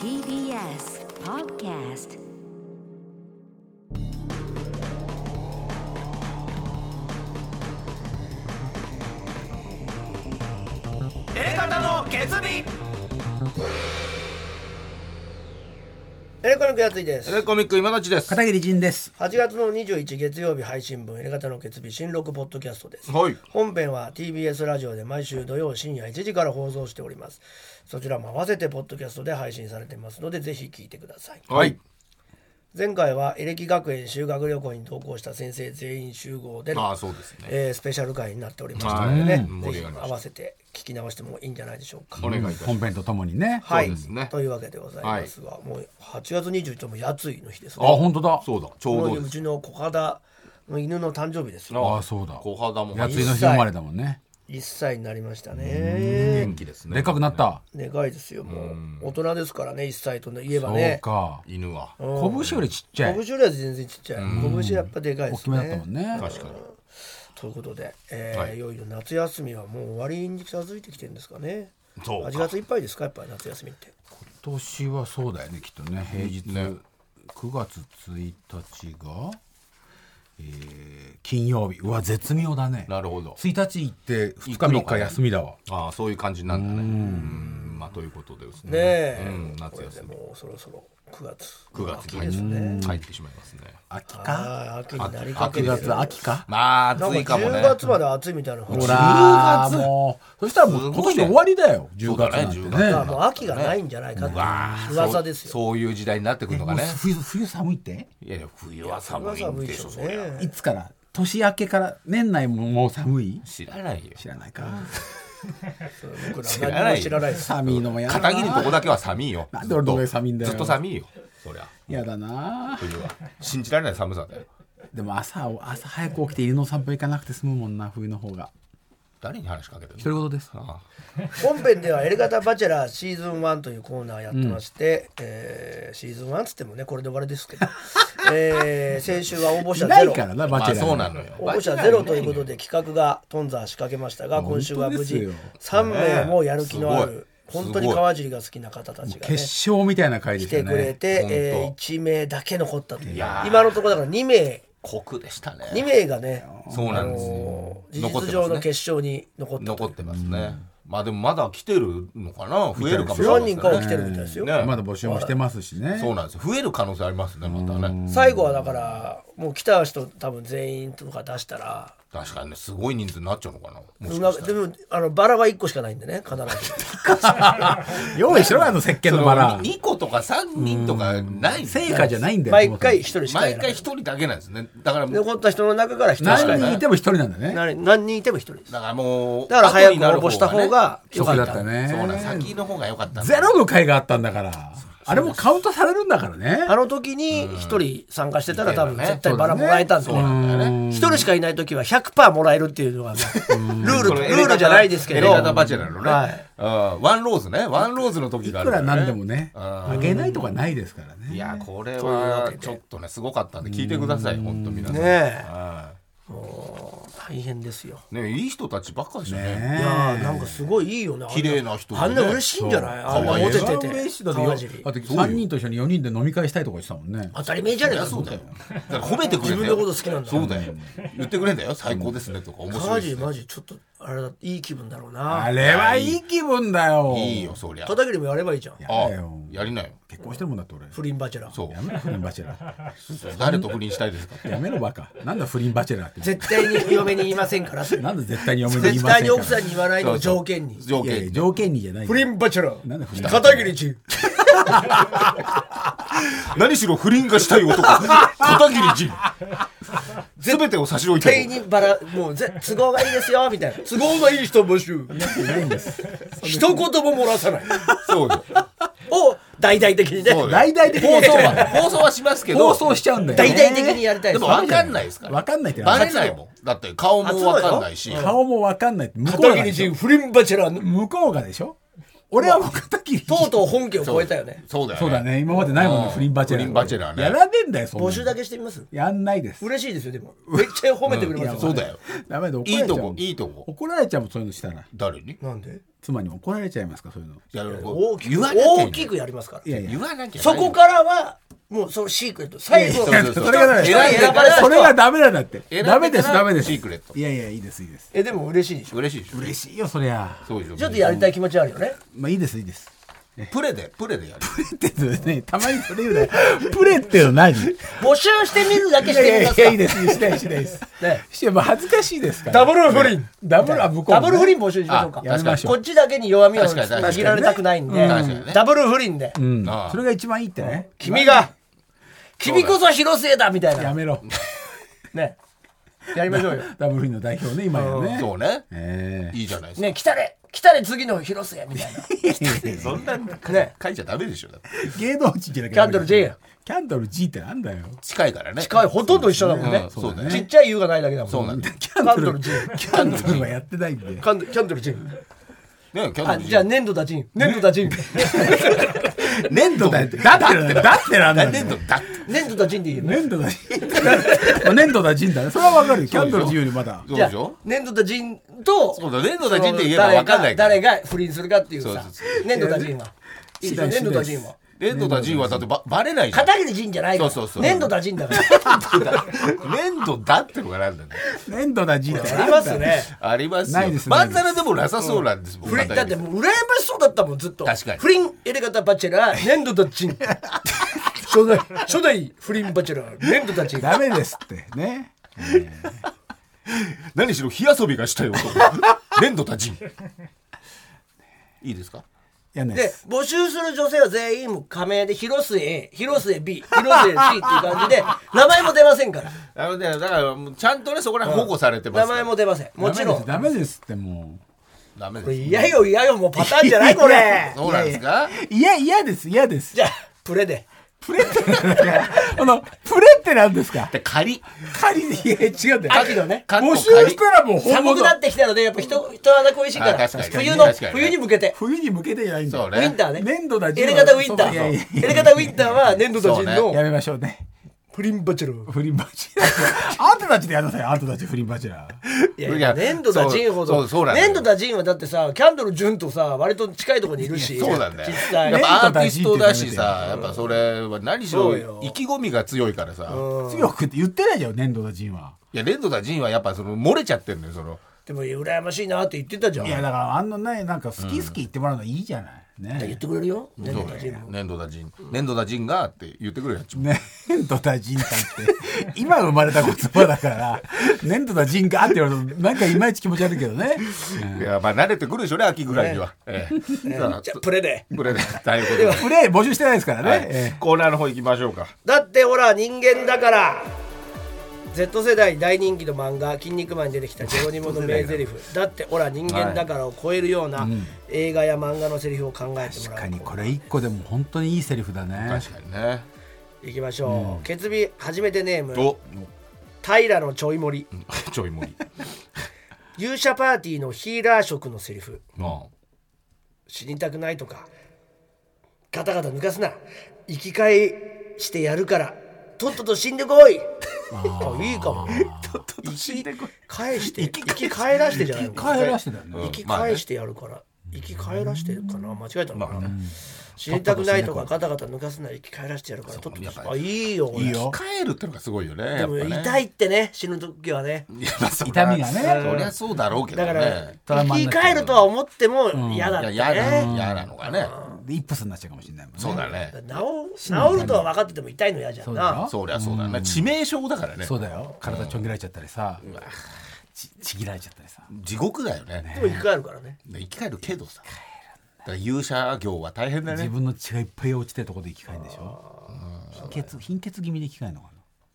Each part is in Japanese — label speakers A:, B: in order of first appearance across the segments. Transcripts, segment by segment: A: TBS Podcast
B: 方の決意
C: エレカの気がついです
B: レコミック今のちです
D: 片桐仁です。
C: 8月の21月曜日配信分「エレカタの決日」新録ポッドキャストです
B: はい
C: 本編は TBS ラジオで毎週土曜深夜1時から放送しておりますそちらも合わせてポッドキャストで配信されてますのでぜひ聞いてください
B: はい
C: 前回はエレキ学園修学旅行に同行した先生全員集合での
B: ああそうですね
C: えースペシャル回になっておりましたのでね
B: うん、盛
C: ぜひ
B: り上がりました
C: 合わせて聞き直してもいいんじゃないでしょうか
B: お願いいたします
D: 本編とともにね。
C: はい、
B: そうですね
C: というわけでございますが、もう8月21日もやついの日です
D: あ、
C: ね
D: 本当だ。
B: そうだち
C: こ
B: ょう
C: の
B: ど
C: う
B: です
C: ちの小肌の犬の誕生日ですよ
D: ああ、そうだ。
B: 小肌も
D: やつい
B: い
D: の日生まれだもんね。
C: 1歳になりましたね
B: 元気ですね
D: でっかくなった。
C: でかいですよもう大人ですからね1歳といえば
D: そう
C: ね
D: か。
B: 犬は
D: 拳よりちっちゃい。
C: 拳よりは全然ちっちゃい拳やっぱでかいで
D: 大
C: す
D: きめだったも
C: ね
D: んね。
B: 確かに
C: ということで、えー
B: はい
C: い、よいよ夏休みはもう終わりに近づいてきてるんですかね
B: そうか
C: 8月いっぱいですかやっぱり夏休みって
D: 今年はそうだよね、きっとね。平日
B: ね
D: 9月1日が、えー金曜日。うわ、絶妙だね。
B: なるほど
D: 1日行って2日
B: くの
D: 3
B: かね
D: 日休みだわ。
B: ああそういう感じなんだねうんまあということでですね
C: ねえ、
B: うん
C: こ
B: 夏
C: れで
B: 休み
C: もうそろそろ9月
B: 9月
C: 秋ですね
B: に入ってしまいますね
D: 秋か
C: ああ秋になりかけて
B: あ
C: る
B: 秋月
C: なんか
D: か
B: まあ暑いかもね
C: 10月まで暑いみたいな話
D: ほらー、
B: 10月
D: もう。そしたらもう今年で終わりだよ。
B: そ
D: 10
B: うだね
D: 月なんて
B: 10月
D: ね
C: だから。もう秋がないんじゃないかっていう噂ですよ。
B: そういう時代になってくるのがね
D: もう冬冬寒いって
B: いやいや冬は寒い
C: 噂
B: ん
C: 無理
B: で
C: で
B: し
C: し
B: ょ
C: ょ
B: そうりゃ
D: い
C: ね。
D: つから年明けから年内ももう寒い
B: 知らないよ
D: 知らないか
C: 僕
B: 知ら
C: ら何
B: ない
C: も知らないです。
D: 寒いのもやだな
B: 片桐のとこだけは寒いよ
D: なんで俺の上寒いんだよ
B: ずっと寒いよそりゃ
D: やだな
B: 冬は信じられない寒さだよ
D: でも朝を朝早く起きて犬の散歩行かなくて済むもんな冬の方が
B: 誰に話しかけてる
D: 独り言です
B: あ
C: 本編では「エレガタバチェラーシーズン1」というコーナーやってまして、えーシーズン1っつってもねこれで終わりですけど、えー先週は応募
D: い
C: 者
D: な
C: ゼ
D: い
C: ロ
D: からな
B: あ
D: バ
B: ま
D: チ
B: あ
D: ェラー
B: そうなのよ
C: 応募者ゼロということで企画が頓挫仕掛けましたが今週は無事
D: 本当ですよ
C: 3名もやる気のあ
B: ねえ
C: る
B: すごい
C: 本当に川尻が好きな方たちがね
D: 決勝みたいな回で
C: 来
D: した
C: てくれ
D: ね
C: て、
B: ほ
C: え
B: んと
C: 1名だけ残ったという
B: やー
C: 今のところだから2名
B: 酷でしたね
C: 2名がね
B: そうなんですよ
C: 事実上の決勝に残って
B: 残ってますねまあでもまだ来てるのかな増えるかもしれない
C: 何人かは来てるみたいですよ、
B: ね
D: まだ募集もしてますしね
B: そうなんです増える可能性ありますねまたね
C: 最後はだからもう来た人多分全員とか出したら
B: 確かにねすごい人数になっちゃうのかなも
C: う
B: し
C: ま
B: か
C: く
B: し
C: で
B: たら
C: もあのバラは1個しかないんでね必 ず
D: 用意しろよあの石鹸のバラ
B: 2個とか3人とかない
D: 成果じゃないんだよ
C: 毎回1人しかい
B: 毎
C: な
B: 回1
C: い
B: 人だけなんですねだからだか
C: 残った人の中から1人しか
D: 何
C: いな
D: 人
C: い
D: いても一人なんだね
C: 何何人いても1人ですだ
B: らもう
C: から早
B: 後
C: く
B: に
C: 応
B: なる方
C: 募した方が良か
D: 得
C: っ
D: だ
C: た
D: った
B: ね
D: ね
B: そうなん先の方が良かったんだ
D: ゼロの回があったんだからあれもカウントされるんだからね
C: あの時に1人参加してたら多分
B: ね
C: 絶対バラもらえたんで
B: そうなんだよね
C: 1人しかいない時は100%もらえるっていうのがねルール
B: このエレ
C: ルー
B: ガタ
C: ルじゃないですけ
B: エレ
C: ど
B: ガタバチェラーのね、
C: はい
B: あーワンローズねワンローズの時
D: い
B: があ
D: く
B: るからら、ね、
D: なんでもねあげないとかないですからね
B: いやこれはちょっとねすごかったんで聞いてください本当皆さん
C: ねえ
B: は
C: 大変ですよ
B: いねいい人たちばっかりでしょね
D: ね
C: いやーなんかすごいいいよねあんな
B: 綺麗な人でね
C: あんな嬉しいんじゃないあんなモテてて川尻
D: だって3人と一緒に4人で飲み会したいとか言ってたもんね
C: 当たり前じゃねえか
B: そうだよだから褒めてくれ
C: 自分のこと好きなんだ
B: そうだよ言ってくれんだよ最高ですねとか面白
C: 川
B: いです
C: 尻
B: ね
C: マジちょっとあれだいい気分だろうな
D: あれはいい気分だよ
B: いいよそりゃ
C: 片桐もやればいいじゃん
B: あ
D: やだよ
B: やりなよ
D: 結婚してるもんだって俺
C: 不倫バチェラー
B: そう
D: やめろ不倫バチェラ
B: 誰と不倫したいですか
D: ーやめろバカなんだ不倫バチェラーって
C: 絶対に嫁に言いませんからそれ
D: なんで絶対に嫁に言い
C: 絶
D: ま
C: 対
D: せん
C: に
D: か
C: 奥
D: ら
C: さんに言わないのを
B: そうそう
C: 条件に
B: 条
D: いやい
B: 件
D: や条件にじゃない
C: 不倫バチェラ
D: なんで不倫
C: ー片桐中
B: 何しろ不倫がしたい男片桐仁全てを差し置い
C: 全員
B: て
C: にバラもうぜ都合がいいですよみたいな都合がいい人募集
D: いないんです
C: 一言も漏らさない
B: そうよ
C: を大々的にね
B: そうだよ
D: 大々的に
B: 放送は放送はしますけど
D: 放送しちゃうんだよ
C: 大々的にやりたい
B: でも分かんないですから
D: 分かんないって
B: バレないもんだって顔も分かんないし
D: 顔も分かんないって向こう
C: 片
D: が
C: 桐
D: でし
C: 仁
D: ょ
C: 不倫バチェラーの
D: 向こうがでしょ俺はもう片桐
C: とうとう本家を超えたよね
B: そうだよね
D: そうだね今までないもん
B: うん
D: ね不倫バチェラー
B: 不倫バチェラーね
D: やらねえんだよそんなの
C: 募集だけしてみます
D: やんないです
C: 嬉しいですよでもめっちゃ褒めてくれますよ、
B: そうだよ
D: ダメだ怒ら
B: いい
D: れちゃ
B: と
D: う
B: こいいとこ
D: 怒られちゃうもんそういうのしたら
B: 誰に
C: なんで
D: 妻に怒られちゃいますかそういうの
B: いや
C: 大き
B: 言
C: く
B: わなきゃいけない
C: 大きくやりますから
D: いやいや
B: 言わなきゃ
C: そこからはもうそのシークレット最後
B: いやそうそう
D: それがダメ
C: 一人選ばれた人
D: そ
C: は
D: れがダメなんだって
B: 選んでから
D: ダメですダメです
B: シークレット
D: いやいやいいですいいです
C: えでも嬉しいでしょ
B: 嬉しいでしょ
D: 嬉しいよそりゃ
B: そうでしょ
C: ちょっとやりたい気持ちはあるよね
D: まあいいですいいです
B: プレでプレでやる
D: プレ ってねたまにそれ言うねプレっての何い
C: 募集してみるだけし
D: やい
C: てみ
D: や
C: ま
D: い
C: す
D: や
C: か
D: いいですいいですしないしないです
C: ね
D: してもう恥ずかしいですか
C: ダ
D: ら
C: ブル不倫
D: ダブルあ向こう
C: ダ
D: もね
C: ブル不倫募集しましょうか
B: あ
D: やめましょう
C: こっちだけに弱みを
B: 確かに確かに
C: 握られたくないんで、
B: うん確かにね
C: ダブル不倫で、
D: うん
B: ああ
D: それが一番いいってね
C: 君が君こそ広末だみたい
D: や
C: な
D: めろ
C: ねやりましょうよ
D: ダブル不倫の代表ね今やね
B: そ うね
D: ええ
B: いいじゃないですか
C: ね来たれ来たれ次の広末みたい な
B: そんなの
C: ね
B: 書いちゃダメでしょだって
D: 芸能人じゃなきゃ
C: キャンドル J や
D: キャンドル G ってなんだよ
B: 近いからね
C: 近いほとんど一緒だもんね,、
B: うんそうだね
C: ちっちゃい U がないだけだもん
B: そうなんだよ
C: キャンドル J
D: キャンドルはやってないんで
C: キャンドルキャンドル J
B: ねキャ
C: あ
B: ンドル
C: じゃあ粘土だちん粘土だ ちん
D: 粘土だってだってだってなんだよ
B: 粘土だって
C: 粘土だちんでいいよね
D: 粘土だしまあ粘土だじんだねそれはわかるよキャンドル G よりまだ
B: そう
C: じゃ
B: で
C: あ
B: しょ
C: 粘土だちんと
B: そうだ粘土だちんって言えばわかんないから
C: 誰が誰が不倫するかっていう
B: そう
C: さ
B: そうそ
C: 粘土だちんはいいでしょ
D: 次第
C: 粘土だちんは
B: 粘土だ人はだってばバレないじ ゃん
C: 片桐仁じゃないから
B: そうそうそう
C: 粘土だちんだから
B: 粘土だってのがなんだね
D: 粘土だじんだ
C: ありますね
B: ありますよ
D: ないですね
B: まんざらでもなさそうなんですもん
C: 不倫
B: 片
C: だっ
B: 桐
C: てもう羨ましそうだったもんずっと
B: 確かに
C: 不倫エレガタバチェラー粘土だちん初代初代不倫バチェラー粘土だちん
D: ダメですってね
B: 何しろ火遊びがしたい男 粘土だ人いいですか
D: やんないで
C: です募集する女性は全員も加盟で広末 A 広末 B 広末 C っていう感じで名前も出ませんから
B: あのねだからもうちゃんとねそこら辺保護されてま
C: 名
B: すか
C: 前
B: ら
C: も出ませんもちろん
D: ダメですダメですっても
B: ダメ
C: こ
B: で
C: れ
B: す
C: 嫌よ嫌よもうパターンじゃないこれ
B: そうなんですか
D: ういやいやですいやです
C: じゃあプレで
D: プレってなんだよあのプレってなんですか
B: で仮
D: 仮にいや違うんだよ
C: 秋のね
B: かっこ
D: 募集
B: 仮
D: したらもう本
C: 寒
D: 物
C: くなってきたのでやっぱ人人肌恋しいか
B: あ
C: ら
B: 確かに
C: 冬の
B: 確かに
C: 冬に向けて
D: 冬に向けてじゃないんだ
B: そう
C: ウ
D: よ
C: ィン
B: ね
C: ターね
D: 粘土だじん
C: エ
D: は
C: レガタウィンタ
D: そういやいやい
C: ーエレガタウィンターは粘土たち
B: そう
D: や
C: の
D: めましょうね
C: プリンバチェロ
D: 不倫バチ ェラーあんたたちでやんなさいあんたたち不倫バチェラー
C: いやいや粘土だジンほ
B: そ
C: ど
B: うそうそうなんだよ
C: 粘土だジンはだってさキャンドルジュンとさ割と近いところにいるし
B: そうなんだよ
C: 実
B: やっ
C: 際
B: ぱアーティストだし
D: う
B: さやっぱそれは何し
C: そ
B: ろ
C: うよ
B: 意気込みが強いからさ
D: 強くって言ってないじゃん粘土だじんはい
B: や粘土だ人はやっぱその漏れちゃってんのよその
C: でも羨ましいなって言ってたじゃん
D: いやだからあんのねなんか好き好き言ってもらうのいいじゃない
C: 言っ
D: ね
C: てくれるよ粘
B: そう
C: 土だジンも
B: 粘土だ人粘土だ人がって言ってくれるやつ も
D: 粘土だじんたって今生まれた言葉だから 粘土だじんかって言われるとなんかいまいち気持ち悪いけどね
B: いやまあ慣れてくるでしょうね秋ぐらいにはえ えさ
C: じゃあプレで
B: これで大変ことで
D: プレイ募集してないですからね、
B: はい
D: え
B: コーナーの方行きましょうか
C: だってほら人間だから Z 世代大人気の漫画「筋肉マン」に出てき たジェロニモの名台詞だってほら人間だから」を超えるような映画や漫画のセリフを考えても
D: え確
C: ら
D: か
C: う
D: にこれ一個でも本当にいいセリフだね
B: 確かにね
C: いきましょう「決日初めてネーム
B: お
C: 平の ちょい森」
B: ちょい盛り
C: 「勇者パーティーのヒーラー色のセリフ
B: あ
C: 死にたくない」とか「ガタガタ抜かすな生き返してやるからとっとと死んでこい」あいいかも
B: とっとと死んでこい
C: 返して生き返らしてじゃないのかな
D: 帰らしてたよね、
B: うん
C: 生き返してやるから生き返らしてるかな間違えたのかな死にたくないとかガタガタ抜かすな生き返らしてやるからとっと
B: やっぱ
C: と
B: り
C: あいいよ
D: いいよ
B: 帰るってのがすごいよね
C: 俺
B: や
C: で
B: っぱ
C: も
B: ね
C: 痛いってね死ぬ時はね
B: いやまあそりゃ
D: 痛みがね
B: そりゃそうだろうけど
C: だから
B: ね
D: トラウ
C: 生
D: マに
C: き
D: なっちゃう
C: 返るとは思っても嫌だっ
B: い
C: て
B: や
C: ね
B: 嫌だ嫌なのかね
D: でイップスになっちゃうかもしれないもんね
B: そうだね
C: 治治るとは分かってても痛いの嫌じゃんな
D: そ
B: そりゃそうだね致命傷だからね
D: そうだよ体ちょん切られちゃったりさ、ちちぎられちゃったりさ
B: 地獄だよ
C: で
B: ね
C: も生き返るからね
B: 生き返るけどさだから勇者業は大変だ
D: 自
B: ね
D: 分の血がいっぱい落ちてるところで生き返るんでしょ貧血貧血気味で生き返るのか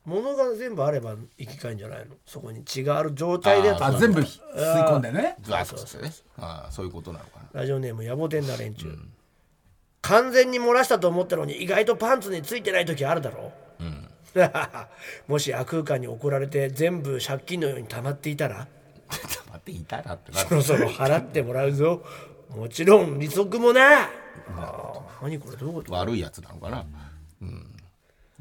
C: 物が全部あれば生き返るんじゃないのそこに血がある状態で
B: あー
D: な
B: あ
D: あ全部吸い込んでね
B: あそうですねああそういうことなのかな
C: ラジオネーム野暮天な連中、完全に漏らしたと思ったのに意外とパンツについてない時あるだろう、 もし悪空間に怒られて全部借金のように溜まっていたら
B: 待っていたらってなる
C: そろそろ払ってもらうぞもちろん利息もな何これどういうこと
B: 悪いやつなのかな。うん。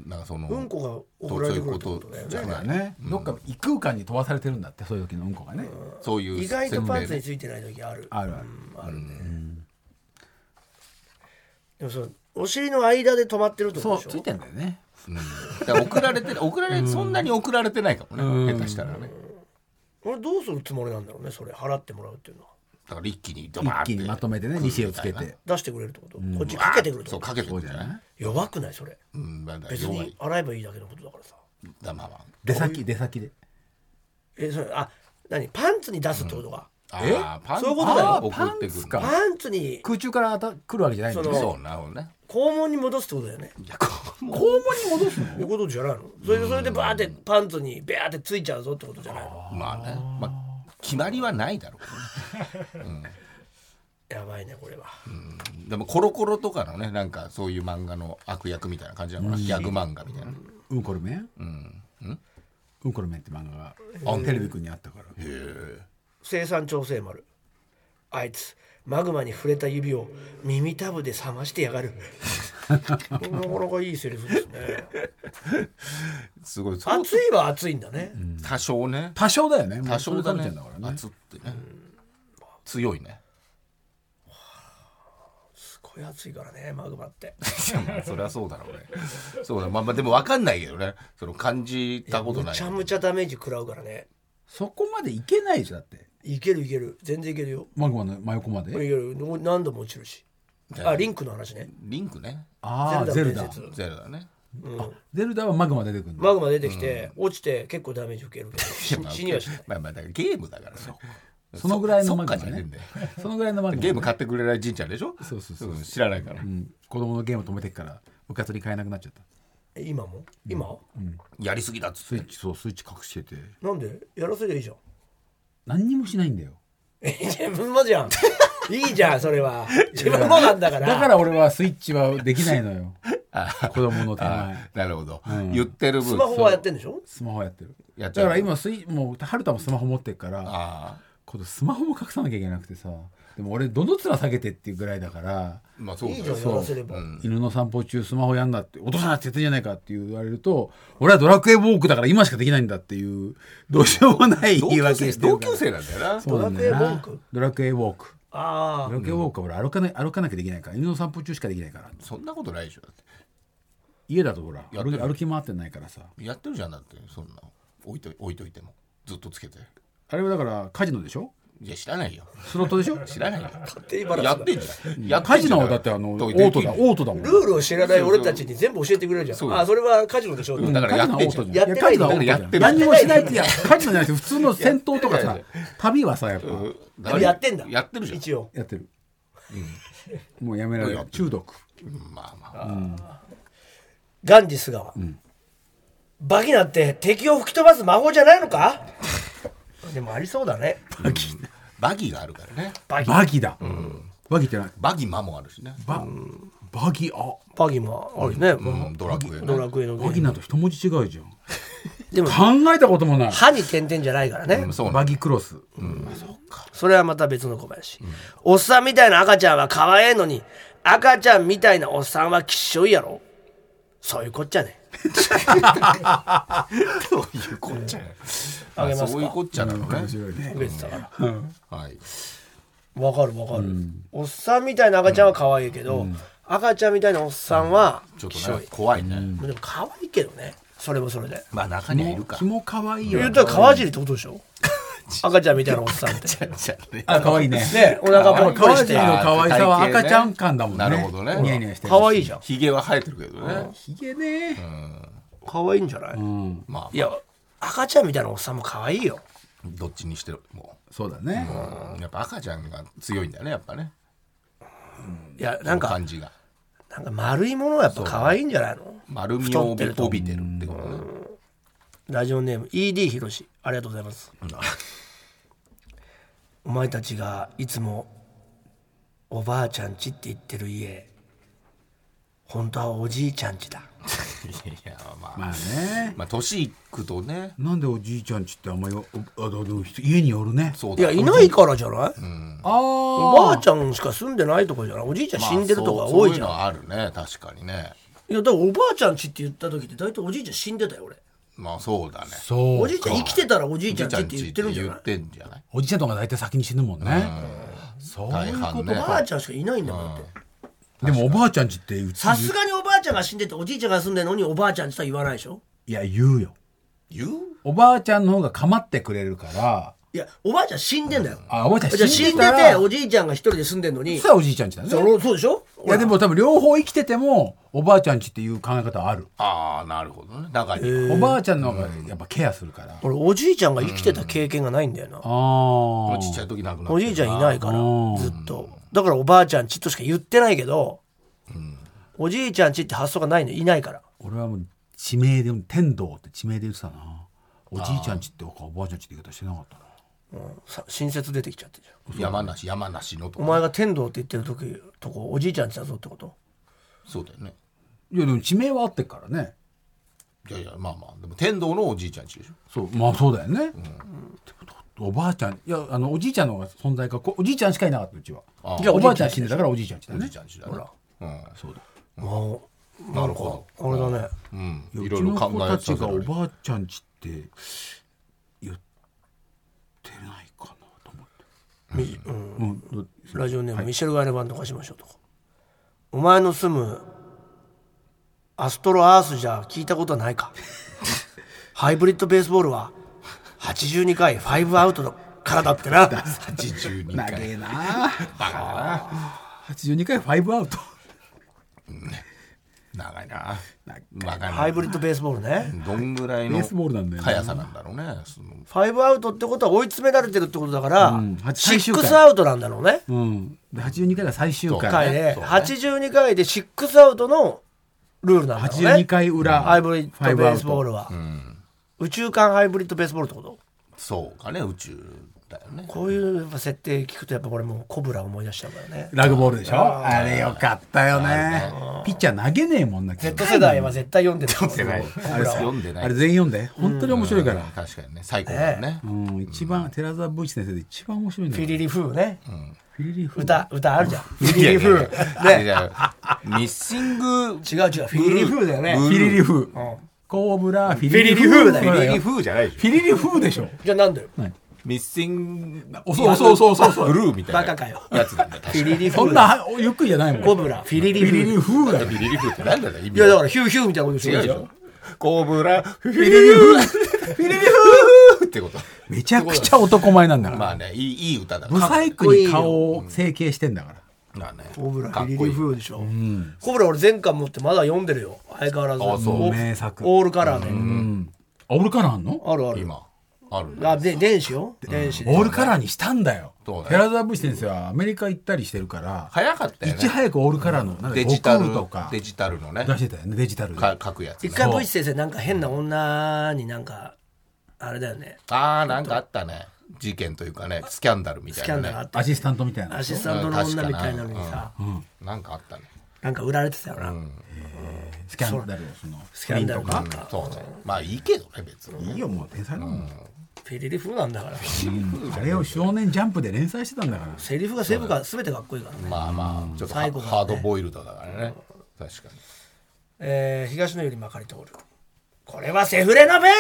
B: なんかその。
C: うんこが送られてくるってことだよ
B: そういうことじゃ
C: ね
B: ない
D: ね、どっか異空間に飛ばされてるんだってそういう時のうんこがね、
B: そういう
C: 意外とパンツに
B: 洗
C: ついてない時ある
D: あるある、
C: でもそのお尻の間で止まってるってこと
D: そう
C: でしょ
D: ついてんだよね
B: 礼うんだから送られてる送られそんなに送られてないかもね。下手したらね。
C: 俺どうするつもりなんだろうねそれ払ってもらうっていうのは
B: だから一気にドバーン
D: 一気にまとめてね西をつけて
C: 出してくれるってこと、こっちかけてくるって
B: そ
C: こと
B: うかけてくるじゃない。
C: 弱くないそれ
B: うん、まだ
C: 別
B: 弱
C: に
B: い。
C: 洗えばいいだけのことだからさ
B: だまあま
D: 出先出先で
C: えそれあ何パンツに出すってことか、
B: あ。あーパン
C: そういうことだよ
B: あー送って
D: パン
B: く
D: ツ
B: る。
D: か
C: パンツに
D: 空中から当た来るわけじゃないんだよね
B: そうなるほどね。
C: 肛門に戻すってことだよね
B: いやこうもう
D: 肛門に戻すの
C: いうことじゃないのそれでそれでバーってパンツにベーってついちゃうぞってことじゃないの
B: まあね、まあ、決まりはないだろうけどね、
C: やばいねこれは、
B: でもコロコロとかのねなんかそういう漫画の悪役みたいな感じなのかなギャグ漫画みたいな、
D: うんこるめんうんうんこるめんって漫画がテレビくんにあったから
C: 生産調整丸あいつマグマに触れた指を耳たぶで冷ましてやがるなかなかいいセリフですね
B: すごいそう
C: 暑いは暑いんだね、
B: 多少ね
D: 多少だよね
B: 多少だね
D: だからね
B: 熱ってね、強いね
C: すごい暑いからねマグマって
B: いやまあそりゃそうだろうねそうだまあまあでも分かんないけどねその感じたことな
C: む
B: い
C: ちゃむちゃダメージ食らうからね
D: そこまでいけないじゃんだって
C: いけるいける全然いけるよ
D: マグマの真横ま
C: いけ
D: で
C: るもう何度も落ちるしあリンクの話ね
B: リンクね
D: ああゼル
C: の
D: ダ
C: 伝説
B: ゼロだね
D: ゼルダはマグマ出てくるんだ
C: マグマ出てきて、落ちて結構ダメージ受けるけど
B: いやまあ
C: 死死にはしない
B: まあまあだからゲームだからね
D: そのぐらいの
B: マ
D: マグマ
B: じゃねえ
D: ね
B: んだよ
D: そのぐらいのマグ マ
B: ゲーム買ってくれない神社でしょ
D: そうそうそうん
B: 知らないから、
D: うん子供のゲーム止めてっから部活に買えなくなっちゃった
C: え今も今、
B: やりすぎだっつって
D: スイッチそうスイッチ隠してて
C: なんでやらせりゃいいじゃん
D: 何にもしないんだよ
C: え自分もじゃんいいじゃんそれは自分もなんだから
D: だから俺はスイッチはできないのよ
B: あ
D: 子供の手
B: あ
D: 前
B: なるほど、言ってる分
C: スマホはやってんでしょ
D: スマホやってる
B: やっ
D: だ
B: ちゃう
D: から今スイもう春田もスマホ持ってっから
B: ああ
D: 今度スマホも隠さなきゃいけなくてさでも俺どの面下げてっていうぐらいだから
B: まあそう
C: い
B: だ
C: いじゃ
B: よ
C: んやらせれば、
D: 犬の散歩中スマホやんなって落とさなくてやってんじゃないかって言われると俺はドラクエウォークだから今しかできないんだっていうどうしようもない
B: 同
D: 言い
B: 級
D: 訳
B: 生
D: してる
B: 同
D: から
B: 級生なんだよな
D: そうなんだよ
C: ドラクエウォー
D: な
C: ク
D: ドラクエウォーク
C: あ
D: ドラクエウォークは俺歩かない歩かなきゃできないから犬の散歩中しかできないから
B: そんなことないでしょだって
D: 家だとほら
B: やっ
D: 歩
B: てる
D: き歩き回ってないからさ
B: やってるじゃんだってそんなの置いとい置いといてもずっとつけて
D: あれはだからカジノでしょ
B: いや知らないよ
D: スロットでしょ
B: 知らないよ
C: 手放す
B: やってんじゃんやってん
D: カジ
B: じゃん
D: ノはだってあのオ
B: とで
D: ー
B: き
D: ト
B: ん
D: だ
B: の
D: オートだもん
C: ルールを知らない俺たちに全部教えてくれるじゃん
B: そう
C: あそれはカジノでしょって、
B: うんだからやってんじゃん
C: やってない
D: いやカジノはオートじゃん
B: やってる
D: 何もしないっていやカジノじゃなくて普通の戦闘とか
B: やっ
D: さ
B: て
D: 旅はさやっぱ
B: うん
C: でもやってんだ
B: やってるじゃん
C: 一応
D: やってるもうやめられ
B: もうや
D: ない
B: ってる
D: 中毒
B: うんまあまあ
C: ガンジス川、バキナって敵を吹き飛ばす魔法じゃないのかでもありそうだね
B: バギーがあるからね
C: バギ
D: バギだバギってない
B: バギーマもあるしね
D: ババギあ
C: バギもあるね、
B: うんドラクエね
C: ドラクエのゲー
D: バ
C: ム
D: ギなんと一文字違うじゃん
C: でも
D: 考えたこともない
C: 歯に点々じゃないからね、
B: うんそうな
D: バ
B: んだ
D: ギクロス
C: それはまた別の小林、おっさんみたいな赤ちゃんは可愛いのに赤ちゃんみたいなおっさんはきっしょいやろそういうこっちゃね
B: そういうこっちゃね
C: あげますか
B: まあそういうこっちゃなのね
D: 面白いね
C: 受けてたから
B: はい
C: わかるわかる、おっさんみたいな赤ちゃんは可愛いけど、赤ちゃんみたいなおっさんは
B: ちょっ
C: きっし
B: と
C: ょい
B: ね、怖いね
C: でも可愛いけどねそれもそれで
B: まあ中にはいるか
D: キモ可愛いよ
C: 言ったら川尻ってことでしょ赤 ちゃんみたいなおっさんって
B: じゃあね
D: あ可愛いね
C: ねお腹ぽっこり
D: 川
C: して
D: 尻の可愛さは赤ちゃん感だもんね
B: なるほどね
D: ニヤニヤしてるし
C: 可愛いじゃん
B: ひげは生えてるけどね
D: ひげね
C: 可愛いんじゃない、
B: まあ
C: いや赤ちゃんみたいなおっさんも可愛いよ
B: どっちにしても
D: そうだね
B: うんやっぱ赤ちゃんが強いんだよねやっぱね
C: いやなんか
B: 感じが
C: なんか丸いものはやっぱ可愛いんじゃないの
B: 丸み
C: 太
B: を
C: ってると
B: 帯びてるってことね
C: ラジオネーム ED ひろしありがとうございますお前たちがいつもおばあちゃんちって言ってる家本当はおじいちゃんちだ
B: やまあ、
D: まあね
B: まあ年いくとね
D: なんでおじいちゃんちってあんまりおあでも家によるね
B: そう
C: い
B: だ
C: やいないからじゃない、
D: ああ
C: おばあちゃんしか住んでないとかじゃないおじいちゃん
B: まあ
C: 死んでるとか多いじゃん、
B: そうそういうのはあるね確かにね
C: いやだからおばあちゃんちって言った時って大体おじいちゃん死んでたよ俺
B: まあそうだね
D: そう
C: おじいちゃん生きてたらおじいちゃんちって言ってるんじゃない
B: おじいちゃんちって言ってんじゃない
D: おじいちゃんとか大体先に死ぬもんね、そう
B: 大半ね
C: おばあちゃんしかいないんだもんだって
D: でもおばあちゃんちってうち
C: さすがにおばあちゃんが死んでておじいちゃんが住んでるのにおばあちゃんちとは言わないでしょ
D: いや言うよ
B: 言う
D: おばあちゃんの方が構ってくれるから
C: いやおばあちゃん死んでんだよ
D: あおばあちゃん
C: じゃあ
D: 死
C: 死んで
D: んでたら
C: ておじいちゃんが一人で住んでんのに
D: そしたらおじいちゃんちだね
C: そのそうでしょ
D: いやでも多分両方生きててもおばあちゃんちっていう考え方ある、
B: ああなるほどね中には
D: おばあちゃんの方がやっぱケアするから、
C: 俺おじいちゃんが生きてた経験がないんだよな
D: あ
B: も
D: あ
B: うちっちゃい時亡くなって
C: おじいちゃんいないいから
D: うん
C: ずっとだからおばあちゃんちとしか言ってないけどおじいちゃんちって発想がないのいないから
D: 俺はもう地名で天童って地名で言ってたなおじいちゃんちっておかおばあちゃんちって言い方してなかったな
C: さ親切出てきちゃってるじゃん
B: 山梨山梨のと
C: お
B: か
C: 前が天童って言ってる時とこおじいちゃんちだぞってこと
B: そうだよね
D: いやでも地名は合ってっからね
B: いやいやまあまあでも天童のおじいちゃんちでしょ
D: そうまあそうだよね、ってことおばあちゃんいやあのおじいちゃんの方が存在がこおじいちゃんしかいなかったうちは
B: あー
D: じゃあおばあちゃん死んでたからおじいちゃんちだ
B: おじい
D: ね
B: ちゃんちだねうん
D: そうだ
C: もう
B: なるほ
C: あれだね
B: どうん
D: いや
B: いろいろ考
D: うちの
B: え
D: 子たち
B: させ
D: が
B: ら
D: お
B: れる
D: ばあちゃんちって言ってないかなと思って
C: みうん
D: うんだ
C: ラジオネームミシェル・ガーレバンとかしましょうとかお前の住むアストロアースじゃ聞いたことはないかハイブリッドベースボールは82回ファイブアウトだからだってな
B: 82回
D: 長えな82回ファイブアウト
B: 長いなわかんな
C: ハイ
B: い
C: ブリッドベースボールね
B: どんぐらい
D: ベ
B: の
D: ースボールなんだよね
B: 速さなんだろうねその
C: ファイブアウトってことは追い詰められてるってことだから、
D: んは
C: シ
D: 最
C: ッ
D: 終
C: ク
D: 回
C: スアウトなんだろうね
D: うんで82回が最終
B: そう
D: 回
C: 回で、
B: そうね
C: 82回でシックスアウトのルールなんだろうね
D: 82回裏
C: ハイブリッドベースボール
D: は
C: は、宇宙間ハイブリッドベースボールってこと
B: そうかね宇宙だよね
C: こういうやっぱ設定聞くとやっぱこれもうコブラ思い出しちゃうからね
D: ラグボールでしょあれよかったよねピッチャー投げねえもんな
C: Z 世代は絶対読んでる読ん
B: あれ読んでない
D: あれ全員読んで本当に面白いから
B: 確かにね最高だよね
D: うん一番寺澤武一先生で一番面白いんだ
C: フィ
D: よ
C: リリフーね、
D: フィリリフ
C: 歌歌あるじゃんフィ
B: い
C: リ
B: や
C: リ
B: い
C: フ
B: や
C: ー
B: いやいやミッシング
C: 違う違うフィリリフーだよね
D: フィリリフコーブラフィリリフ
C: フィリリフだよ
B: フィリリ
D: フ
B: フーじゃないでしょ
D: ィリリフでしょ
C: じゃあなんだよ
B: ミッシング
D: おそうそうそうそうそう
B: ブルーみたいな
C: バカかよ
B: やつなんだよ
C: フィリリフ
D: そん
C: ー
D: なゆっくりじゃないもん
C: コブラフィリリ
D: フィ
C: フ
D: リリ
C: ー
D: フだよ
B: フィリリフーってなんだよ意
C: い
B: 味
C: やだからヒューヒューみたいなことす
B: 違
C: る
B: う
C: で
B: で
C: し
B: し
C: ょ
B: ょコブラフィリリフーフィリリフーってこと
D: めちゃくちゃ男前なんだから
B: まあねいいいい歌だ
D: ブサイクに顔を整形してんだから
B: まあね
C: コブラフ
B: かっ
C: ィリ
B: こい
C: リ
B: い
C: フーでしょコブラ俺全巻持ってまだ読んでるよ相変わらず
B: あそう
C: オ
D: 名作
C: オールカラーで、
D: あオールカラーあんの
C: あるある
B: 今あるんだ
C: あで電子よ電子で
D: オールカラーにしたんだよ
B: そうだよ
D: 寺澤武史先生はアメリカ行ったりしてるから
B: 早かった
D: い
B: よね
D: ち早くオールカラーのなんか
B: デ
D: 悟
B: ジタ
D: 空
B: ル
D: とか
B: デジタルのね
D: 出してたよねデジタルで
B: か書くやつね
C: 一回ブイチ先生なんか変な女になんかあれだよね
B: ああなんかあったね事件というかねスキャンダルみた
C: ス
B: い
C: キャ
B: な
C: ンダルあ
B: ね
C: った
D: アシスタントみたいな
C: アシスタントの女みたいなのにさ
B: なんかあったね
C: なんか売られてたよな、
D: スキャンダルその
C: スキャンダル
D: 不
C: と
D: 倫と
C: か
D: か
B: そうねまあいいけどね別に
D: いいよもう天才だもん
C: フィリリ風なんだから
D: あれを少年ジャンプで連載してたんだから
C: セリフが全部が全てかっこいいからね、
B: まあまあちょっとハ
C: 最後がね
B: ハードボイルドだからね確かに
C: えー東のよりまかり通るこれはセフレな弁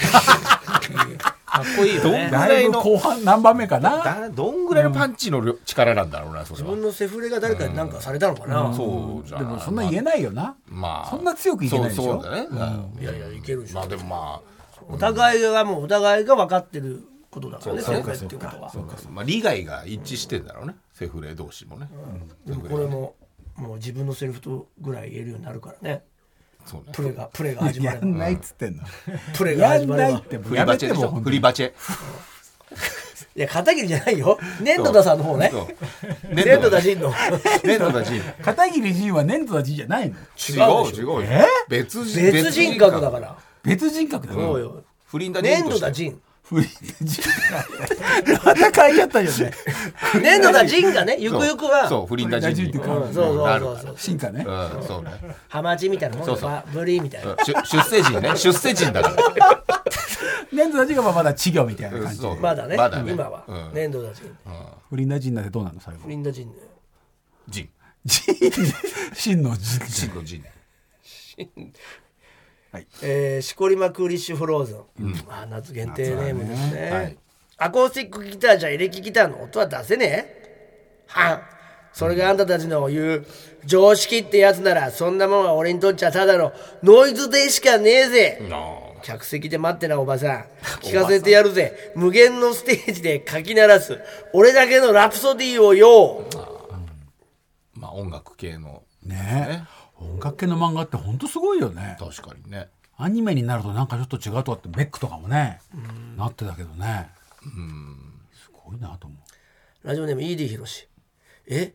C: かっこいいよね
B: どん
D: だいぶ後半何番目かな
B: だどんぐらいのパンチの量力なんだろうなそれ
C: 自分
B: は
C: のセフレが誰かに何かされたのかな、
B: そうじゃ
D: でもそんな言えないよな
B: まあ
D: そんな強く言えないでし
B: そう
D: ょ
B: そうだねうん
C: いやいやいけるでしょ
B: まあでもま
C: お互いがもうお互いが分かってることだからねセフレっていうことは
B: あまあ利害が一致してんだろうねセフレ同士もね
C: でもこれももう自分のセリフとぐらい言えるようになるからね
B: そうね
C: プレがプレが始ま
D: や
C: れば
D: んないっつってんの
C: プレが
D: や
C: 始
D: ん
C: まれば
D: な
C: い
D: いってもう
B: フリ
D: や
B: バ
D: め
B: チェ
D: て
B: でし
D: も
B: ょ
D: 本当
B: フ
D: に
B: リバチェ
C: や片桐じゃないよ粘土田さんの方ね粘土田
B: 人
C: 仁の
B: 粘土だ人
D: 片桐仁は粘土たちじゃないの
B: 違
C: ょ
B: う違う 別人
C: 別人格だから
D: 別人格だ
C: そう
D: よ
C: よ
B: 不倫だ
C: 粘
B: 人
C: 土
B: として
C: 田仁
D: 不不倫の陣がまた変えちゃったよね
C: ねのだ陣がねゆくゆくは
B: そう不倫だ
D: ラ
B: 人に
D: ジオって
B: う
D: 変わ
C: そ
D: る
C: うそう
B: なる
C: そう
B: か
C: そう
D: 進化ね
B: んそうね
C: ハマチみたいなもん
B: そうそう
C: まあブリみたいな
B: うん出出世人ね出世人だから
D: 年度たちがまだ稚魚みたいな
B: うん
D: 感じ
B: そ う
C: まだね
B: まだね
C: 今は、
B: うん
C: 粘土だ陣
D: 不倫な人になってどうなの最後
C: 不倫だ陣
B: 人
D: 真の人
B: 真の人
C: えー、しこりまクーリッシュフローズン、まあ夏限定ネームですね
B: はい
C: アコースティックギターじゃエレキギターの音は出せねえはんそれがあんたたちの言う常識ってやつならそんなもんは俺にとっちゃただのノイズでしかねえぜ、客席で待ってなおばさん聞かせてやるぜ無限のステージでかき鳴らす俺だけのラプソディーをよ
B: まあ音楽系の
D: ね
B: ね
D: 音楽系の漫画ってほんとすごいよね
B: 確かにね
D: アニメになるとなんかちょっと違うとかってベックとかもねなってたけどねすごいなと思う
C: ラジオネーム ED ひろしえ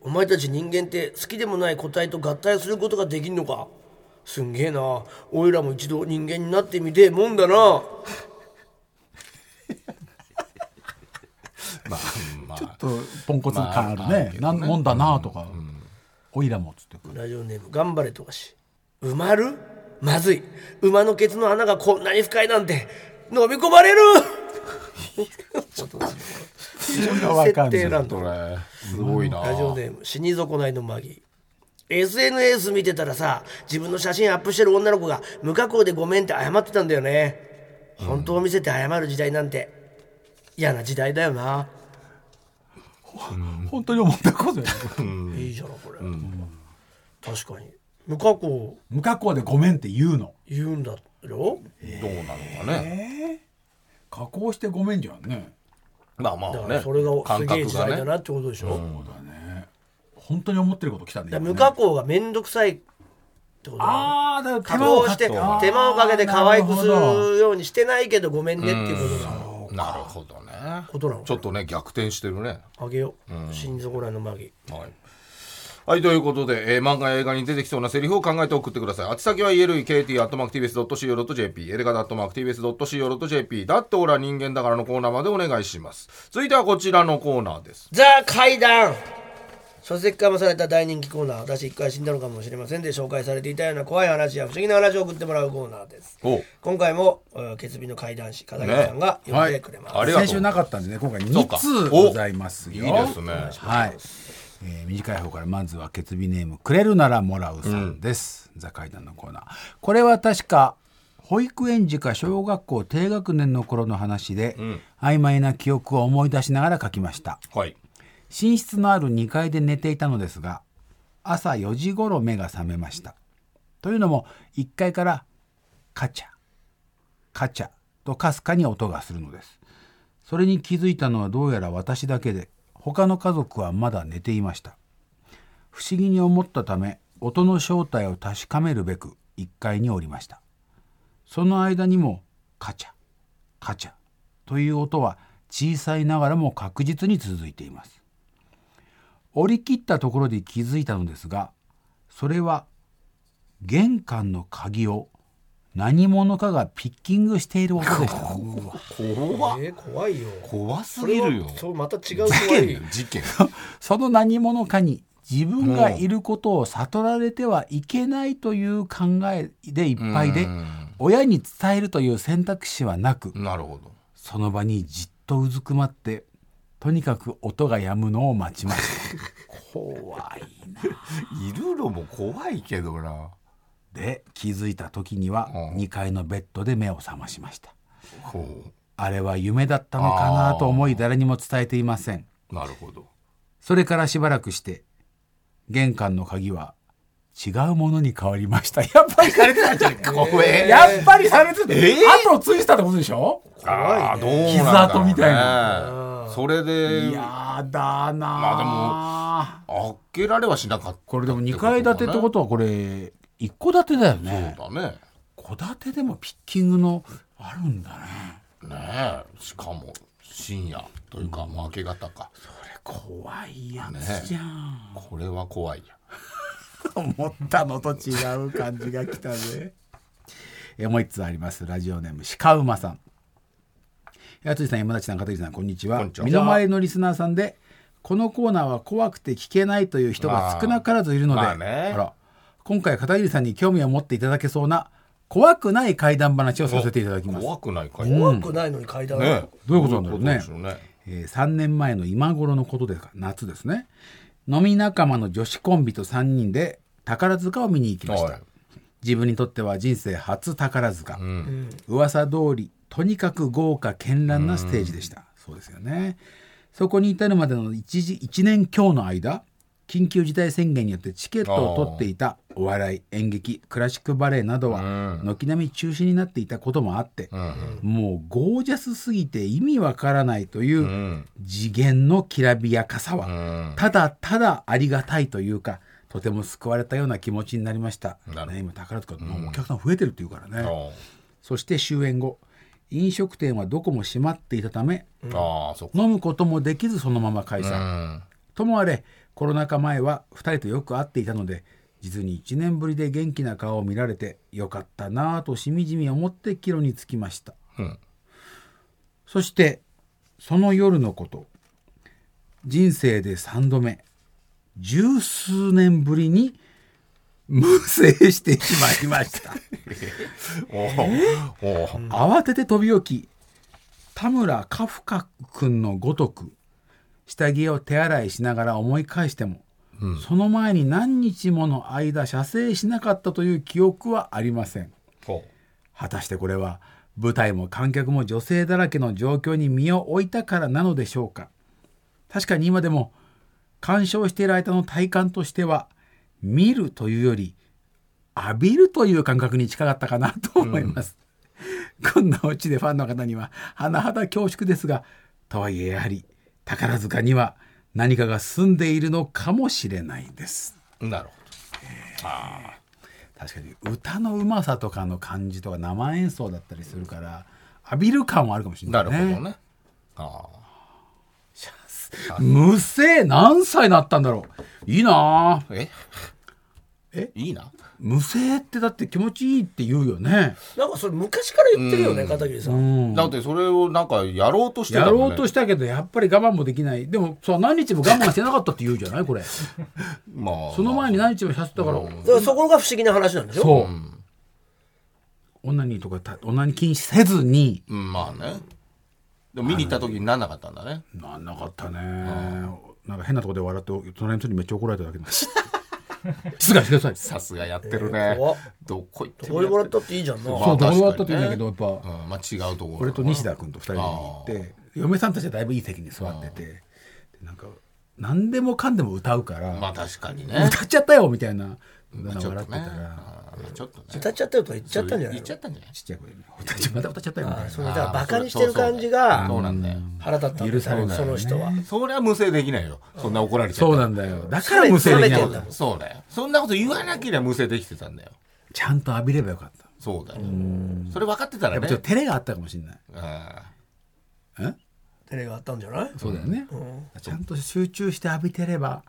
C: お前たち人間って好きでもない個体と合体することができんのかすんげえなおいらも一度人間になってみてえもんだな
B: まあまあ
D: ちょっとポンコツ感ある
B: ま
D: ね,、
B: ああるけど
D: なんもんだなとか、オイラもつってくる
C: ラジオネーム頑張れとかし埋まるまずい馬のケツの穴がこんなに深いなんて飲み込まれる設定なんだ
B: それすごいな
C: ラジオネーム死に損ないのマギー SNS 見てたらさ自分の写真アップしてる女の子が無加工でごめんって謝ってたんだよね本当を見せて謝る時代なんて嫌な時代だよな、
D: 本当に思ったことよ
C: いいじゃんこれ、確かに無加工
D: 無加工でごめんって言うの
C: 言うんだろ
B: どうなのかね
D: 加工してごめんじゃんね
B: まあま
C: だか
B: あ
C: ら
B: ね
C: それがす
B: 感
C: げえ時
B: 覚
C: 代だ
B: が
C: な
B: ね
C: ってことでしょ、
D: そうだね本当に思ってることきたん
C: だ
D: だ
C: から
D: よ、ね、
C: 無加工が面倒くさいってことだよね
D: ああだから
C: 加
D: 手間を
C: 工
D: か
C: して
D: け
C: 手
D: て
C: 間をかけて可愛くする
D: あーなるほど
C: ようにしてないけどごめんねっていうことだ
B: なるほどね
C: ことなの
B: ちょっとね逆転してるね
C: あげよう心底らのマギ
B: はい。はい、ということで、えー漫画や映画に出てきそうなセリフを考えて送ってください。宛先は elekt.mactvs.co.jp、エレガ .mactvs.co.jp、だって俺は人間だからのコーナーまでお願いします。続いてはこちらのコーナーです。
C: ザ・怪談書籍化もされた大人気コーナー私一回死んだのかもしれませんで紹介されていたような怖い話や不思議な話を送ってもらうコーナーです
B: おう
C: 今回もえー決備の怪談師片桐さんが呼んでくれます、
B: ねはいありがとう
D: 先週なかったんでね今回
B: そう
D: 2
B: か
D: 通ございますよ
B: おいいですね
D: はい、えー短い方からまずは決備ネームくれるならもらうさんです、ザ怪談のコーナーこれは確か保育園児か小学校低学年の頃の話で、曖昧な記憶を思い出しながら書きました
B: はい。
D: 寝室のある2階で寝ていたのですが朝4時頃目が覚めましたというのも1階からカチャカチャとかすかに音がするのですそれに気づいたのはどうやら私だけで他の家族はまだ寝ていました不思議に思ったため音の正体を確かめるべく1階に降りましたその間にもカチャカチャという音は小さいながらも確実に続いています折り切ったところで気づいたのですがそれは玄関の鍵を何者かがピッキングしている音でした
B: 怖
C: えー怖いよ
B: 怖す
C: それ
B: ぎ
C: は
B: るよ。
C: そうまた違う怖
B: 事件だ
C: い
B: よ、事件。
D: その何者かに自分がいることを悟られてはいけないという考えでいっぱいで親に伝えるという選択肢はなく
B: なるほど。
D: その場にじっとうずくまってとにかく音が止むのを待ちました怖い
B: いるのも怖いけどな。
D: で気づいた時には
B: うん
D: 2階のベッドで目を覚ましました
B: ほ
D: あれは夢だったのかなと思い誰にも伝えていません
B: う。なるほど。
D: それからしばらくして、玄関の鍵は違うものに変わりました。やっぱりされてたじゃん。
B: 怖え
D: やっぱりされてた。
B: えー
D: 後をついてたってことでしょ
B: ああ、どうなんだろう、ね。
D: 傷跡みたい
B: な。それで、
D: やだな
B: あで
D: まあでも。
B: あっけられはしなかった。
D: これでも2階建てってことはこれ、一戸建てだよね。
B: だね。
D: 戸建てでもピッキングのあるんだね。
B: ねえしかも深夜というか、まあ明け方か
D: これ怖いやつじゃん。
B: これは怖いや
D: 思ったのと違う感じ がきたね。えもう一つありますラジオネーム鹿馬さんやつじさん山立さん片桐さんこんにちは
B: こんにちは
D: 身の回りのリスナーさんでこのコーナーは怖くて聞けないという人が少なからずいるので
B: あーまあね
D: ら今回片桐さんに興味を持っていただけそうな怖くない怪談話をさせていただきます
B: 怖くないかい
C: 怖くないのに階段、
B: ね
D: どういうことなんだろうね
B: どいことなんでしょうね
D: えー3年前の今頃のことですか夏ですね飲み仲間の女子コンビと3人で宝塚を見に行きました
B: はい
D: 自分にとっては人生初宝塚、噂通りとにかく豪華絢爛なステージでした、そうですよねそこに至るまでの 1, 時1年強の間緊急事態宣言によってチケットを取っていたお笑い演劇クラシックバレエなどは軒並み中止になっていたこともあって、もうゴージャスすぎて意味わからないという、次元のきらびやかさは、ただただありがたいというかとても救われたような気持ちになりました、
B: なるほど
D: ね、今宝塚のお客さん増えてるっていうからね、
B: あ
D: そして終演後飲食店はどこも閉まっていたため
B: ーあーそっか
D: 飲むこともできずそのまま解散、
B: うん
D: ともあれコロナ禍前は2人とよく会っていたので実に1年ぶりで元気な顔を見られてよかったなぁとしみじみ思って帰路に着きました、
B: うん
D: そしてその夜のこと人生で3度目十数年ぶりに無声してしまいました
B: おおおー
D: 慌てて飛び起き田村カフカ君のごとく下着を手洗いしながら思い返しても、その前に何日もの間射精しなかったという記憶はありません
B: お
D: 果たしてこれは舞台も観客も女性だらけの状況に身を置いたからなのでしょうか確かに今でも鑑賞している間の体感としては見るというより浴びるという感覚に近かったかなと思います、こんなオチでファンの方には甚だ恐縮ですがとはいえやはり宝塚には何かが住んでいるのかもしれないです
B: なるほ
D: 確かに歌のうまさとかの感じとか生演奏だったりするから浴びる感はあるかもしれ
B: ど
D: な
B: ないる
D: ね
B: ほどねあ
D: 無声何歳になったんだろういいなあ
B: あえ
D: え
B: いいな
D: 無声ってだって気持ちいいって言うよね
C: なんかそれ昔から言ってるよね、片桐さん、
B: だってそれをなんかやろうとして
D: や
B: たもんね
D: ろうとしたけどやっぱり我慢もできないでもそう何日も我慢してなかったって言うじゃないこれそ
B: まあ
D: の前に何日もさせたから
C: だからそこが不思議な話なんでしょ
D: そう女にとかた女に禁止せずに
B: うんまあねでも見に行った時になんなかったんだね
D: なんなかったねなんか変なとこで笑って隣の人にめっちゃ怒られただけなんです静かにしてください
B: さすがやってるね、
C: 怖っ
B: どこ行って
C: こ
B: も
C: れ
B: や
C: もら
B: っ
C: ってたっていいじゃんな、
B: まあ
D: そうどう
B: 確かにね
D: やったっていいんだけどやっぱ
B: うんまあ違うところ
D: 俺と西田君と二人で行って嫁さんたちはだいぶいい席に座っててでなんか何でもかんでも歌うから、
B: まあ確かにね
D: 歌っちゃったよみたいな
B: まあ
D: 笑ってた
B: ね
D: ら
B: うんちょっとね
C: 歌っちゃったよとか言っちゃったんじゃない
B: 言っ
C: の
B: ちゃったんじゃない
D: ちっちゃい声で歌っちゃまた歌っちゃったよみたい
C: そう
D: な
C: だ
B: あー
C: からバカにしてる感じが
B: そうそうそうそうなんだよ
C: 腹立ったんだよ
D: 許されない
C: その人は
B: そりゃ無声できないよそんな怒られちゃ
D: そう
B: う
D: なんだよだから無声できなかった
B: そうだよそんなこと言わなければ無声できてたんだよ
D: ちゃんと浴びればよかった
B: そうだよそれ分かってた
D: や
B: ら
D: っぱ
B: ね
D: ちょっと照れがあったかもしれない
B: あ
D: え
C: テレがあったんじゃない
D: そうだよね、ちゃんと集中して浴びてれば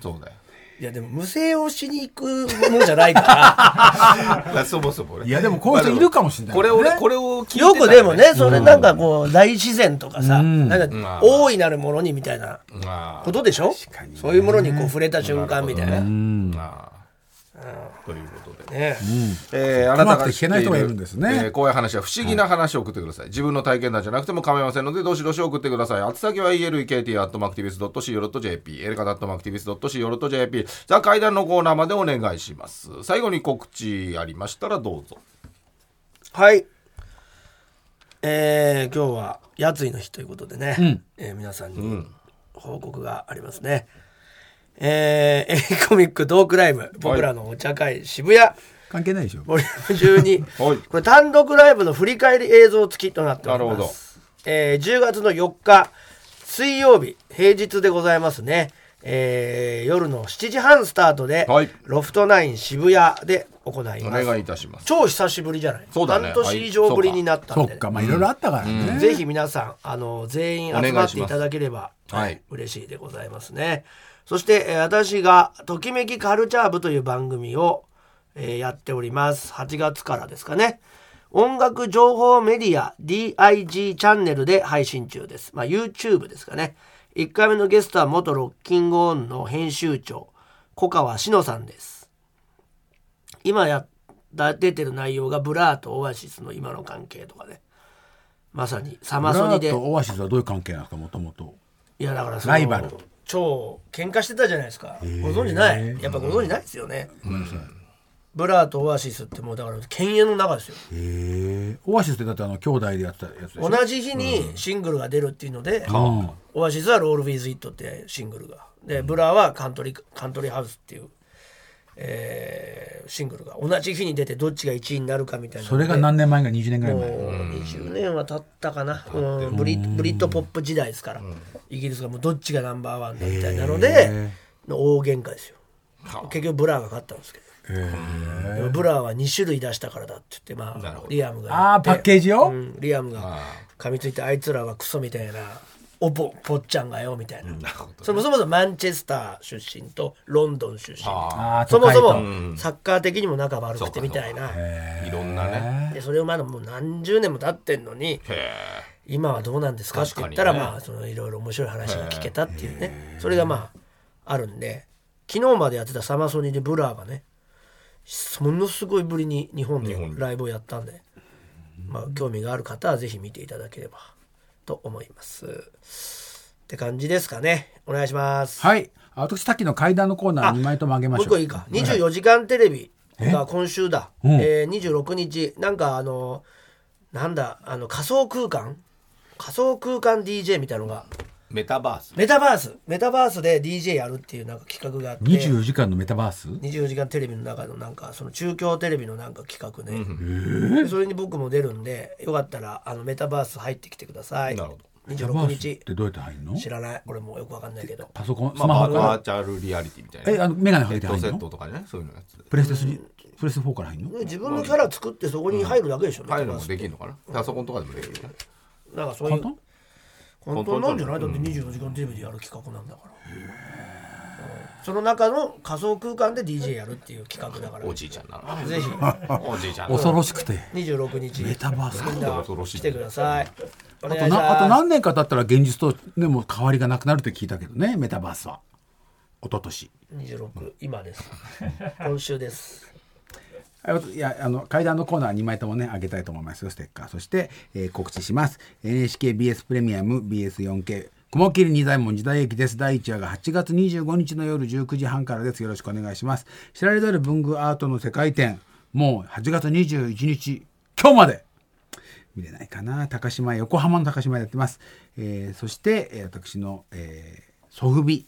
B: ーそうだよ
C: いやでも無声をしに行くものじゃないか
B: まあそもそもね
D: いやでもこういう人いるかもしれない
B: これをねこれを聞いて
C: ら
B: た
C: よく
B: ら
C: でもねそれなんかもう大自然とかさなんか大いなるものにみたいな
B: ま
C: ことでしょそういうものにこう触れた瞬間みたいなね
B: あまあということでえー、あ
D: ま
B: な
D: く
B: たが
D: て聞けない人がいるんですね
B: 知っているえーこういう話は不思議な話を送ってください、自分の体験談じゃなくても構いませんのでどしどし送ってください宛先は elkt.mactivist.co.jp エレカ .mactivist.co.jp ザ階段のコーナーまでお願いします最後に告知ありましたらどうぞ
C: はいえー今日はやついの日ということでねえー皆さんに報告がありますねえー、エレコミックトークライブ僕らのお茶会渋谷
D: 関係ないでしょ
C: ボリューム12、
B: はい
C: これ単独ライブの振り返り映像付きとなっており
B: なる
C: ま
B: ほど
C: す、えー10月の4日水曜日平日でございますね、えー夜の7時半スタートで、
B: はい
C: ロフトナイン渋谷で行います
B: お願いいたします
C: 超久しぶりじゃない
B: そうだね
C: 半年以上ぶりになったん
D: そ
C: で、
D: っかまあいろいろあったからね、
C: ぜひ皆さんあの全員集まっていただければ
B: お願いしますはい
C: 嬉しいでございますね。そして、えー私が「ときめきカルチャー部」という番組を、えーやっております8月からですかね音楽情報メディア DIG チャンネルで配信中です。まあ、YouTube ですかね。1回目のゲストは元ロッキングオンの編集長、小川志乃さんです。今やだ出てる内容がブラーとオアシスの今の関係とかね。まさにサマ
D: ブ
C: ソ
D: ラ
C: ニ
D: ー
C: で。
D: とオアシスはどういう関係なんですかもともと
C: いやだからその
D: ライバル
C: 超喧嘩してたじゃないですか、ご存知ないやっぱご存知ないですよね、ブラーとオアシスってもうだから犬猿の中ですよ
D: へえオアシスってだってあの兄弟でやってたやつでしょ
C: 同じ日にシングルが出るっていうので、オアシスは「ロール・ウィズ・イット」ってシングルがでブラーはカントリー「カントリーハウス」っていう、えーシングルが同じ日に出てどっちが1位になるかみたいな
D: それが何年前か20年ぐらい前
C: もう20年は経ったかな、うんブリブリッドポップ時代ですから、イギリスがもうどっちがナンバーワンだみたいなのでの大喧嘩ですよ結局ブラーが勝ったんですけどでもブラーは2種類出したからだって言って、まあ、リアムが
D: ああーパッケージ
C: う
D: を
C: んリアムが噛みついてあいつらはクソみたいなおぽぽっちゃんがよみたいな,、そもそもそもマンチェスター出身とロンドン出身
D: あー
C: そもそ
D: 都会と
C: もサッカー的にも仲悪くてみたいな。
B: いろんなね。
C: でそれをまだもう何十年も経ってんのに今はどうなんですかって言ったら、まあそのいろいろ面白い話が聞けたっていうねそれがまああるんで昨日までやってたサマソニでブラーがねものすごいぶりに日本でライブをやったんで、まあ、興味がある方はぜひ見ていただければと思います。って感じですかねお願いします。
D: はいあ私さっきの階段のコーナー2枚とも上げま
C: もう
D: し
C: 一
D: ょ
C: 個
D: う
C: いいか24時間テレビが今週だ、えー26日なんかあのなんだあの仮想空間仮想空間 DJ みたいのが
B: メタバース。
C: メタバースメタバースで DJ やるっていうなんか企画があって
D: 24時間のメタバース
C: 24時間テレビの中のなんかその中京テレビのなんか企画ね、でそれに僕も出るんでよかったらあのメタバース入ってきてください
B: なるほど
D: メタバ
C: 26
D: ースっ
C: 日
D: てどうやって入るの
C: 知らない俺もよくわかんないけど
D: パソコンス
B: まあ
D: マホか
B: バ
D: ら
B: ーチャルリアリティみたいな。
D: えあのメガネか
B: ヘ
D: け
B: ッ
D: て
B: ド
D: 入
B: セ
D: る
B: ット
D: の
B: とかね、そういうのやつ。
D: プレステ3プレステ4から入るの
C: 自分のキャラ作ってそこに入るだけでしょ、メ
B: ああい
C: タ
B: うの
C: バー
B: も
C: ス
B: できるのかなパソコンとかでもできるね
C: なんかそうい
D: 簡
C: う
D: 単
C: 本当なんじゃないだって24時間テレビでやる企画なんだから、うんその中の仮想空間で DJ やるっていう企画だから
B: おじいちゃんなら。
C: ぜひ
B: おじいちゃんなら。
D: 恐ろしくて
C: 26日
D: メタバース
C: みん
B: なん
C: な
B: で恐ろしい
C: 来てくださいお
D: あ
C: 願い
D: と
C: します
D: なあと何年か経ったら現実と、ね、もう変わりがなくなるって聞いたけどねメタバースは一昨年
C: 26今 です今週です
D: あいやあの階段のコーナー2枚ともねあげたいと思いますよステッカーそして、えー告知します NHKBS プレミアム BS4K 雲霧仁左衛門時代劇です第1話が8月25日の夜19時半からですよろしくお願いします知られざる文具アートの世界展もう8月21日今日まで見れないかな高島屋横浜の高島屋でやってます、えーそして、えー私の、えーソフビ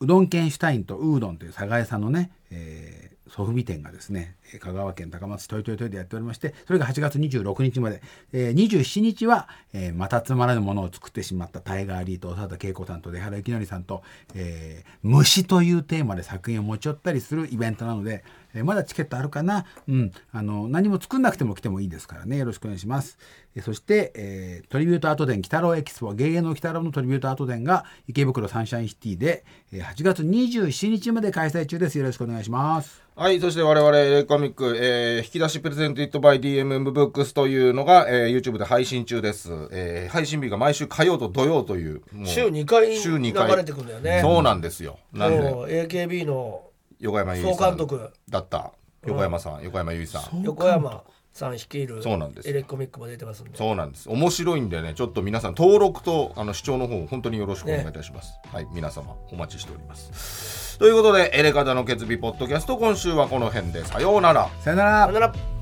D: うどんケンシュタインとウードンという佐賀屋さんのね、えー、ソフビ店がですねえー香川県高松市トイトイトイでやっておりましてそれが8月26日まで、えー、27日は、えーまたつまらぬものを作ってしまったタイガー・リーと長田恵子さんと出原幸則さんと、えー虫というテーマで作品を持ち寄ったりするイベントなので、えーまだチケットあるかな、うん、あの何も作んなくても来てもいいですからねよろしくお願いします、えーそして、えートリビュートアート展北郎エキスポ芸芸の北郎のトリビュートアート展が池袋サンシャインシティでえー8月27日まで開催中ですよろしくお願いします
B: はい、そして我々、レイコミック、えー引き出しプレゼントイットバイ DMM ブックスというのが、えー YouTube で配信中です。えー配信日が毎週火曜と土曜という。もう
C: 週2回
B: 週二
C: 流れてくんだよね
B: そうなんですよ。なんで、
C: そう AKB の
B: 横山由依さ
C: 総
B: ん
C: 監督
B: だった。横山さん、横山由依さん。
C: 横山さん率いる
B: そうなんです
C: エレコミックも出てますんで
B: そうなんです。面白いんでね、ちょっと皆さん登録とあの視聴の方本当によろしくお願いいたします。はい、皆様お待ちしております。ということで、エレカタの決日ポッドキャスト今週はこの辺でさようなら。
D: さよなら
C: さよなら